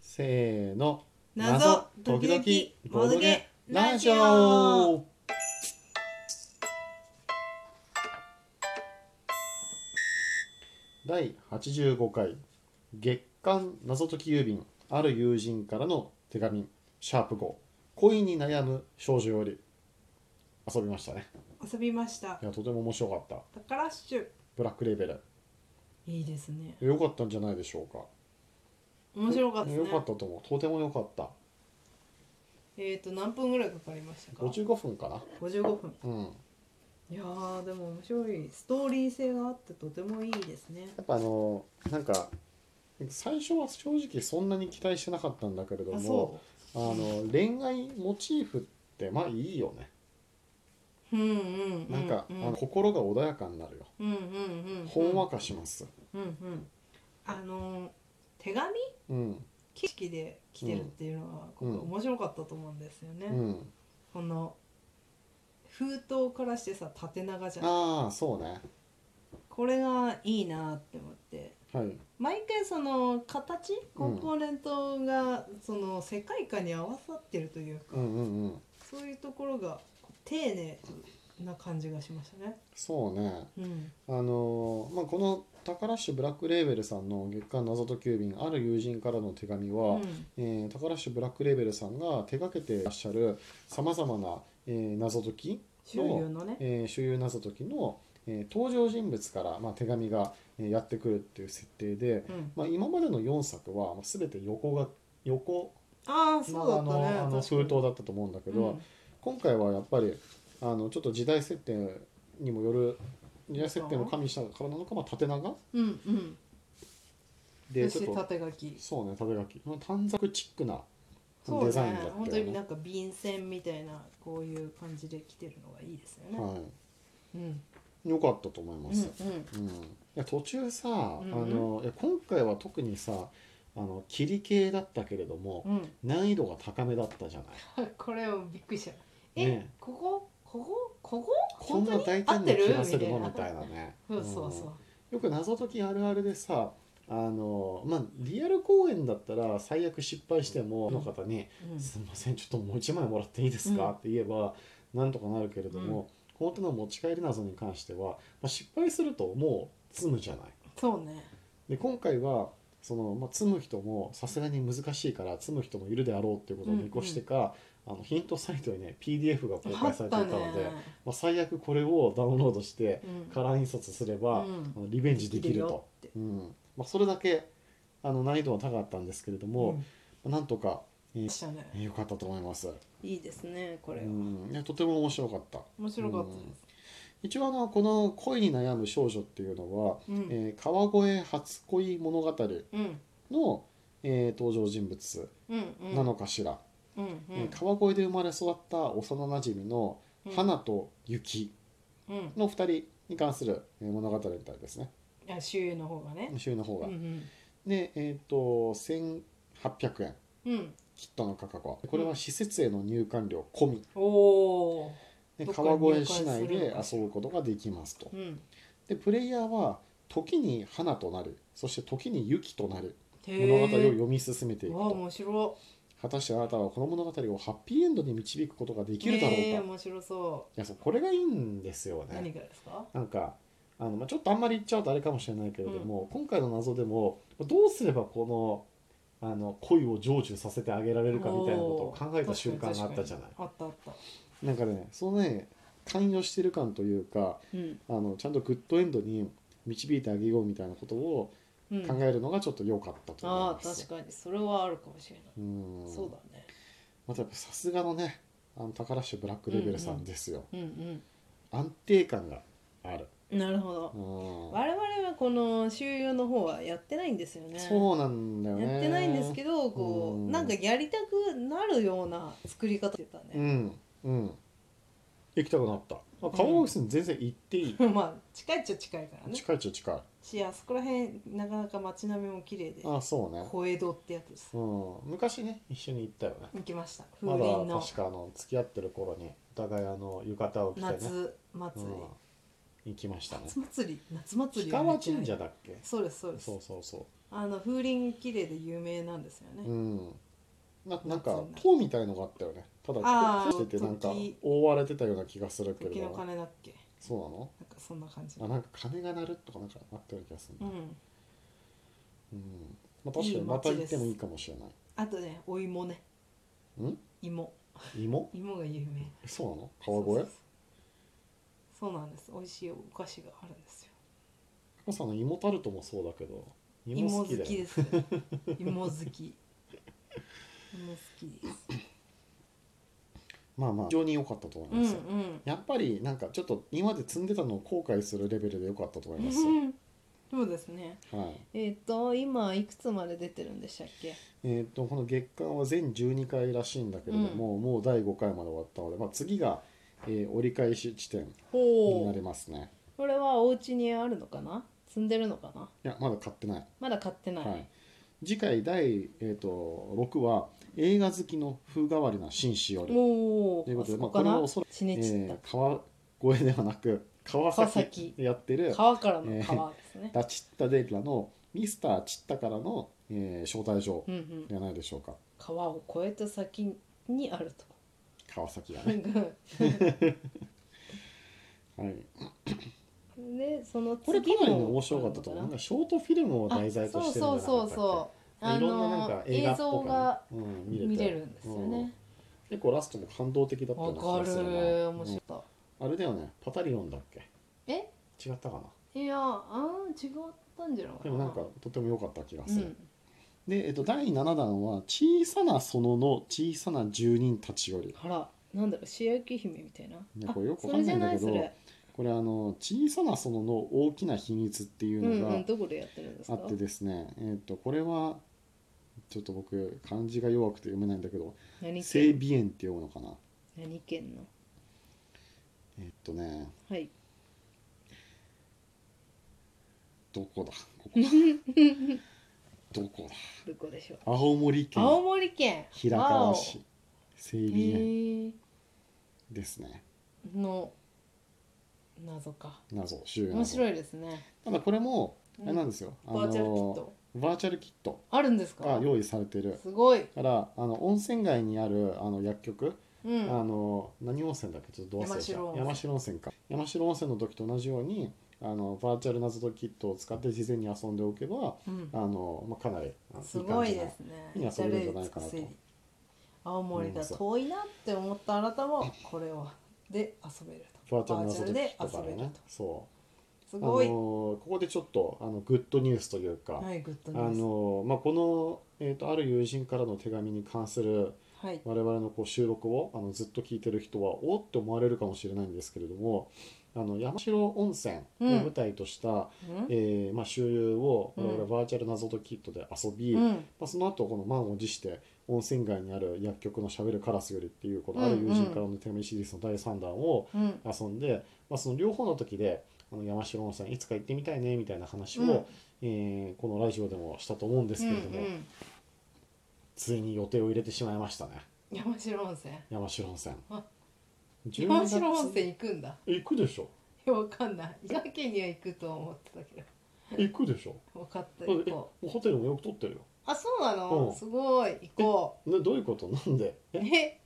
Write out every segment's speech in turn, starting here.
せーの謎時々ボドゲラジオ第85回月刊謎解き郵便ある友人からの手紙シャープ5恋に悩む少女より遊びましたね遊びましたいやとても面白かった宝ラッシュブラックレーベルいいですね良かったんじゃないでしょうか面白かったです良ねかったと思うとても良かったえっ、と何分ぐらいかかりましたか55分かな55分うんいやーでも面白いストーリー性があってとてもいいですねやっぱあのなんか最初は正直そんなに期待してなかったんだけれどもあそあの恋愛モチーフってまあいいよねううんうんなんか、うんあの心が穏やかになるようんうんうんほんわかしますうんうんあのー手紙うん景色で来てるっていうのは、うん僕面白かったと思うんですよね、うんこの封筒からしてさ縦長じゃんああそうねこれがいいなって思ってはい毎回その形コンポーネントがその世界観に合わさってるというか、うんうんうんそういうところが丁寧な感じがしましたね。そうねうん、あのーまあこの宝市ブラックレーベルさんの月刊謎解き郵便ある友人からの手紙うは、ん、えー、宝市ブラックレーベルさんが手掛けていらっしゃるさまざまな、えー謎解き周遊のね、えー、周遊謎解きの、えー登場人物から、まあ、手紙が、えーやってくるっていう設定で、うん、まあ、今までの4作は、まあ、全て横が横ああそうだ長ったの,、ね。あの封筒だったと思うんだけけど、今回はやっぱりあのちょっと時代設定にもよる時代設定も加味したからなのか、まあ、縦長うん、うんうん、でそちしょてっと縦書き。そうね縦書き、まあ、短冊チックなそうデザインねだったよね。本当になんか便箋みたいなこういう感じで来てるのがいいですよね。はうい、ん、よかったと思いまうん、す。うん、うんいや途中さ、うんあのいや今回は特にさあの切り系だったけれども、うん。難易度が高めだったじゃないこれをびっくりした。え、ねこここここここん本当なに大合胆ってなる気がするのみたみたいいな。なねそうそうそう。うんよく謎解きあるあるでさあのまあリアル公演だったら最悪失敗しても、うんその方に「うんすみませんちょっともう一枚もらっていいですか?」うんって言えばなんとかなるけれども、この手の持ち帰り謎に関しては、まあ、失敗するともう詰むじゃない。そうね。で今回はその、まあ、積む人もさすがに難しいから積む人もいるであろうっていうことを見越してか、あのヒントサイトにね PDF が公あ開っさたれねていたので、まあ、最悪これをダウンロードしてうんカラー印刷すれば、うんあのリベンジできると、でうきるんまあ、それだけあの難易度は高かったんですけれどよも、まあなんとかうんしたね。良かったと思います、いいですねこうれは。ん、いやとても面白かった面白かったです。一応あのこの「恋に悩む少女」っていうのは、うんえー川越初恋物語うんの、えー登場人物うんうん。なのかしら、うんうえーん。川越で生まれ育った幼なじみのうん花と雪うん。の2人に関するえー物語みたいですねあ周囲の方がね。周囲の方うが。んで、えー、と1800円うん。うん。キットの価格はこれは施設への入館料込み、おおでどっかに川越市内入で館す遊ぶことができますとー。うん。でプレイヤーは時に花となるそして時に雪となるへ物語をえ。読み進めていくわあと面白果たしてあなたはこの物語をハッピーエンドに導くことがでい。きるだろうか、ねえ面白そいやそうこれがいいんですよう。何ね。がですか？なんかあの、まあ、ちょっとあんまり言っちゃうとあれかもしれないけれども、今回の謎でもどうすればこのあの恋を成就させてあげられるかみたいなことを考えた瞬間があったじゃない。あったあった。なんかねそのね関与してる感というかうんあのちゃんとグッドエンドに導いてあげようみたいなことをうん。考えるのがちょっと良かったと思いあまあ確す。かにそれはあるかもしれない。うんそうだね。またやっぱさすがのねあの宝石ブラックレベルさんですよ、うん安定感がある、うん。なるほどう。ん我々はこの収容の方はやってないんですよね。そうなんだよねやってないんですけど、こうんうなんかやりたくなるような作り方してたうね。んうん行きたくなったあ川越線全然行っていい、 まあ近いっちゃ近いからね。近いっちゃ近いし、あそこら辺なかなか街並みも綺麗で、あそうね、小江戸ってやつです。うん、昔ね一緒に行ったよね行きました。風まだ鈴の確かあの付き合ってる頃にお互いあの浴衣を着てね夏祭り。うん行きましたね夏祭り夏祭氷りは川見てない神社だっけそうですそうですそうそうそあの風鈴綺麗で有名なんですようね、うんななん夏かになる塔みたいのがあったよねただあー塔しててなんか時覆われてたような気がするけれ時のど鐘だっけそうなのなんかそんな感じあなんか鐘が鳴るとかなんかあったような気がするうな、んうんまあ、確かにまた行ってもいいかもしれないあとねお芋ねうん芋芋芋が有名そうなの川そう越そうそうそうなんです美味しいお菓子があるんですよ母さんの芋タルトもそうだけど芋芋好好ききだよねです、 ね、芋好き芋好きですまあまあ非常に良かったと思いうますよ、んやっぱりなんかちょっと今まで積んでたのを後悔するレベルで良かったと思ういますよ、んそうですねはいえっ、と今いくつまで出てるんでしたっけえー、とこの月間は全12回らしいんだけれども、もう第5回まで終わったので、まあ、次が、えー折り返し地点にほなうりますねこれはお家にあるのかな積んでるのかないやまだ買ってない、まだ買ってない、はい、次回第、えー、と6は映画好きの風変わりな紳士より、おおということであそこかまあこなれはおそら血えねちったー、川越ではなく川川崎崎でやってる川からの川ですね。ラチッタデラのミスターチッタからの、えー招待状うんうん、じゃないでしょうか川を越えた先にあると。 川崎がね、はい、でそのこれか次もなりね面白かったと思うなんかショートフィルムを題材としてるんじゃなかあったっけそうそうそうそう。あいろんななんのか映画映っぽ像く、がうん、見れて見れるんですようんね。結構ラストも感動的だったよわうな気がかするなる面白うかっんあれだよねパタリオンだっけた。え違ったかないやあー違ったんじゃないかな。でもなんかとても良かった気がうする、んで、えっと、第7弾は「小さなそのの小さな住人たちよりあらなんだろう白雪姫みたいな。ねこれよくわかあんないんだけどそれじゃないこれあの「小さなそのの大きな秘密」っていそれ。ううんのうんがどこでやってるんですあか。ってですね、えっとこれはちょっと僕漢字が弱くて読めないんだけど何整県備園って読むのかな何県のえっとねはい。ど こだここだどこだどこでしょう。青森県青森県平川市整青備園へですねーの謎か謎周囲面謎白いですね、ただこれもうんあれなんですよ、あバーチャルキッのトバーチャルキットあるんですかが用意されてるすごい、だからあの温泉街にあるあの薬局、うん、あの何温泉だっけちょっとどう忘れちゃう山代山代温温泉泉か山代温泉の時と同じようにあのバーチャル謎解きキットを使って事前に遊んでおけばうんあ、の、まあ、かなりあのすごい感じなですねいい遊びなんじゃないかなと至れり尽くせり青森が遠いなって思ったあなたもこれをで遊べるとバーチャル謎解きでと遊かべでるとねそすう、ごい、あのーここでちょっとあのグッドニュースというか、はいグッドあニュース、のーまあ、この、えー、とある友人からの手紙に関するはい我々のこう収録をあのずっと聞いてる人はおって思われるかもしれないんですけれどもあの山代温泉を舞台とした、うんえーまあ、周遊をう我ん々バーチャル謎解きキットで遊び、うまんあ、その後この満を持して温泉街にある薬局のしゃべるカラスよりっていうこのうんあうんる友人からの手紙シリーズの第3弾をうん遊んで、まあ、その両方の時であの山代温泉いつか行ってみたいねみたいな話を、うんえーこのラジオでもしたと思うんですけれども、うんうんついに予定を入れてしまいましたね山城温泉山代温泉あ12山城温月泉行くんだ行くでしょいやわかんないやけには行くと思ってたけど行くでしょ分かっただっ行てえこもうホテルもよく取ってるようあそうなうのんすごい行こねどういうことなんでうええ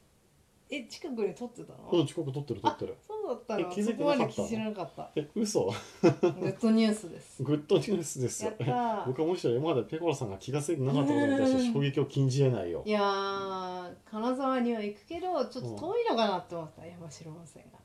え近くに撮ってたの、うん近く取ってる取ってるそうだったのえ気づいそてこなかっまたでの気づなかったえ嘘グッドニュー スですグッドニュースですやよったー僕はむしろ今までペコラさんが気が付いてなかったことに対して衝撃を禁じ得ないよいやー金沢には行くけどちょっと遠いのかなって思った山城温泉が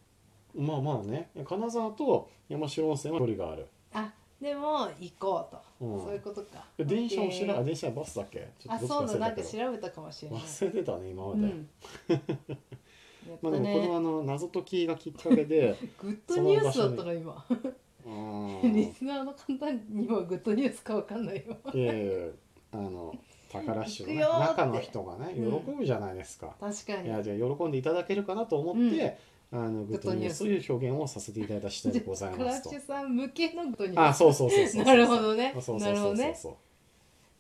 まあまあね金沢と山代温泉は距離があるあでも行こうと、うんそういうことかえ電車を知らあ OK 電車はバスだっけちょあっとそうどっちだか忘なんかれたけ調べたかもしれどない忘れてたね今まうで、ん やっまたあでもこねのあの謎解きがきっかけ でグッドニュースだったの今 うーんリスナーの簡単にはグッドニュースかわかんないよいやいやいやあの宝市のね行くよーって中の人がね喜うんぶじゃないですか、確かいにやじゃあ喜んでいただけるかなと思って、あのグッドニュースという表現をさせていただいた次第でございクまラすッとシュさん向けのことにあそうそうそうそうそうなるほどねそうそうそうそうなるほどねそ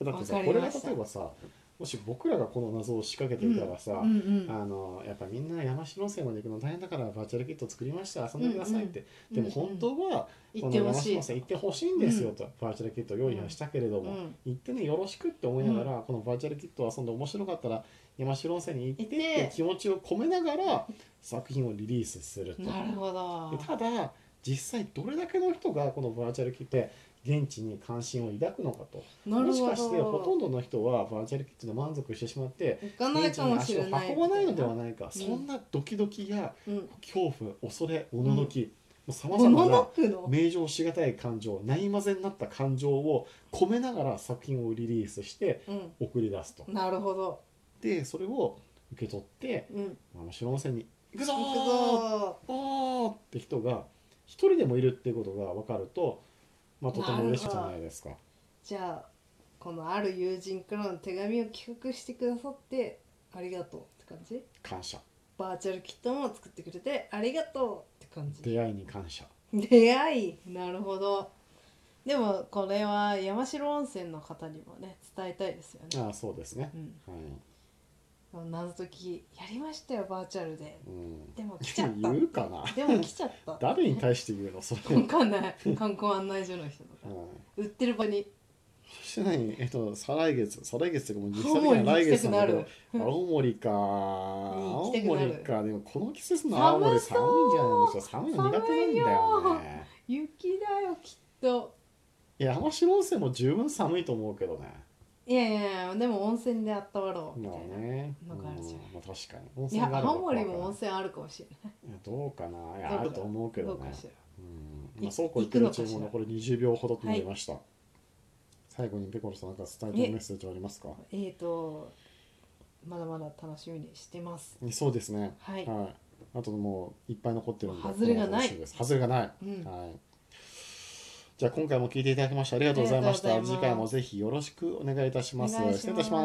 うだってさわかこれりがました例えばさもし僕らがこの謎を仕掛けていたらさ、うんうんあのやっぱみんな山城温泉まで行くの大変だからバーチャルキット作りました遊んでくださいって、うんうんでも本当は行このってほ山し城い温。泉行ってほしいんですよと、バーチャルキット用意はしたけれどうも、ん、行ってねよろしくって思いながら、このバーチャルキットを遊んで面白かったら山城温泉に行ってっ行ってて気持ちを込めながら作品をリリースすると。なるほどで。ただ実際どれだけの人がこのバーチャルキットや現地に関心を抱くのかとなるほど。もしかしてほとんどの人はバーチャルキットで満足してしまって行かないかもしれな現い。地に足を運ばないのではないか、うんそんなドキドキやうん。恐怖恐れおののき、もうさまおざまののなくの。名乗しがたい感情ないまぜになった感情を込めながら作品をリリースしてう送り出すとん。なるほど。でそれを受け取ってうん。まあ白温泉に行くぞー行くぞおーって人が一人でもいるっていうことが分かると、まあ、とても嬉しいじゃないですか。ー。じゃあこのある友人からの手紙を企画してくださってありがとうって感じ。感謝バーチャルキットも作ってくれてありがとうって感じ。出会いに感謝出会いなるほどでもこれは山城温泉の方にもね伝えたいですよね、ああそうですねう、んはいこの、謎解きやりましたよバーチャルでうん、でも来ちゃった言うかなでも来ちゃった誰に対して言うの それ、うわかんない観光案内所の人とかん売ってる場にそして何えっと再来月再来月とかもう青森には来行きた月くななんだけるど青森か行青きたくなる森かでもこの季節の青森寒いんじゃないですか寒いの苦手なんだよね雪だよきっといや山城温泉も十分寒いと思うけどねいやいやいやでも温泉で温まろうみまたいあな、ね、なんかあるじゃんまあ、確かに温いやがあれば青森も怖温く泉あるかもしれないないいやどうかないどうやかあると思うけどどうねかしらうん、いまあ、そうこう言ってるうちにもう残り20秒ほどとなりました、最後にペコロさんなんか伝えてるメッセージはありますかえーとまだまだ楽しみにしてますそうですねはいあともういっぱい残ってるんでもう外れがないこの方が美味しです外れがない、うんはいじゃあ今回も聞いていただきましてありがとうございましたありがとうございます次回もぜひよろしくお願いいたしますお願いします失礼いたします